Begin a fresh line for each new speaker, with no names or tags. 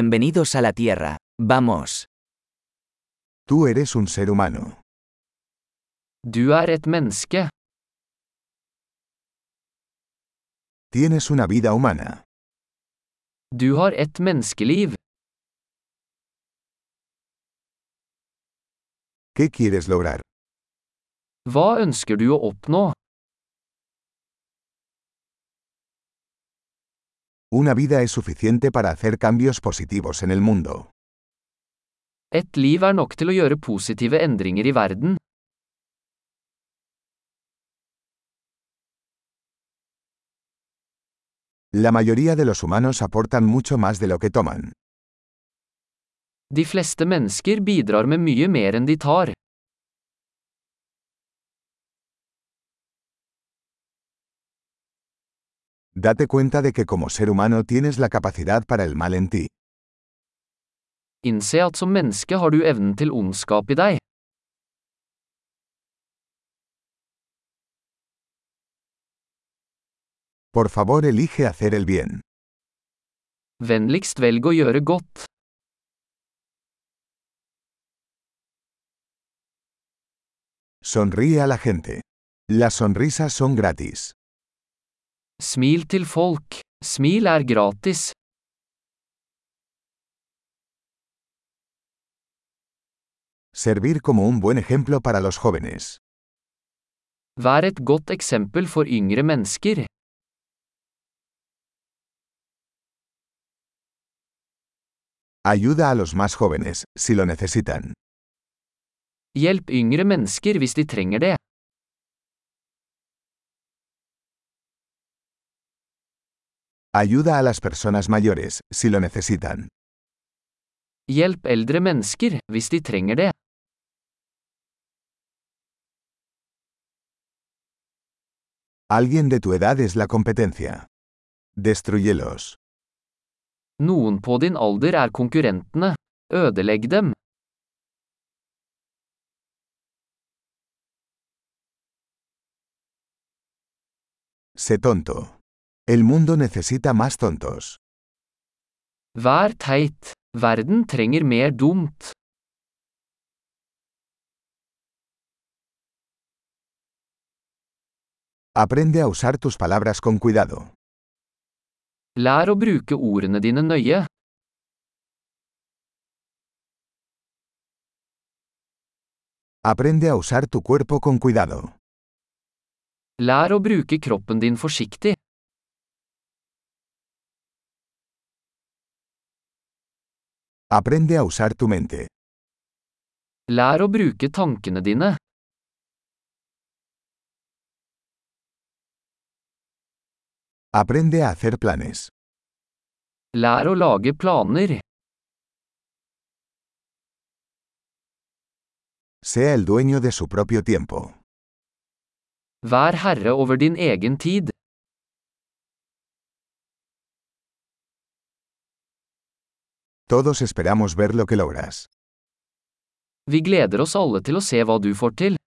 Bienvenidos a la Tierra. Vamos.
Tú eres un ser humano.
Du er et menneske.
Tienes una vida humana.
Du har et menneskeliv.
¿Qué quieres lograr?
Hva ønsker du å oppnå?
Una vida es suficiente para hacer cambios positivos en el mundo.
Et liv er nok til å gjøre positive endringer i verden.
La mayoría de los humanos aportan mucho más de lo que toman.
De fleste mennesker bidrar med mye mer enn de tar.
Date cuenta de que como ser humano tienes la capacidad para el mal en ti.
Innse at som menneske har du evnen til ondskap i deg.
Por favor, elige hacer el bien.
Vennligst velg å gjøre godt.
Sonríe a la gente. Las sonrisas son gratis.
Smil til folk. Smil er gratis.
Servir como un buen ejemplo para los jóvenes.
Vær et godt eksempel for yngre mennesker.
Ayuda a los más jóvenes, si lo necesitan.
Hjelp yngre mennesker hvis de trenger det.
Ayuda a las personas mayores, si lo necesitan.
Hjelp eldre mennesker hvis de trenger det.
Alguien de tu edad es la competencia. Destruyelos.
Noen på din alder er konkurrentene. Ødelegg dem.
Sé tonto. El mundo necesita más tontos.
Vær teit. Verden trenger mer dumt.
Aprende a usar tus palabras con cuidado.
Lær å bruke ordene dine nøye.
Aprende a usar tu cuerpo con cuidado.
Lær å bruke kroppen din forsiktig.
Aprende a usar tu mente.
Lær å bruke tankene dine.
Aprende a hacer planes.
Lær å lage planer.
Sea el dueño de su propio tiempo.
Vær herre over din egen tid.
Todos esperamos ver lo que logras.
Vi gleder oss alle til å se hva du får til.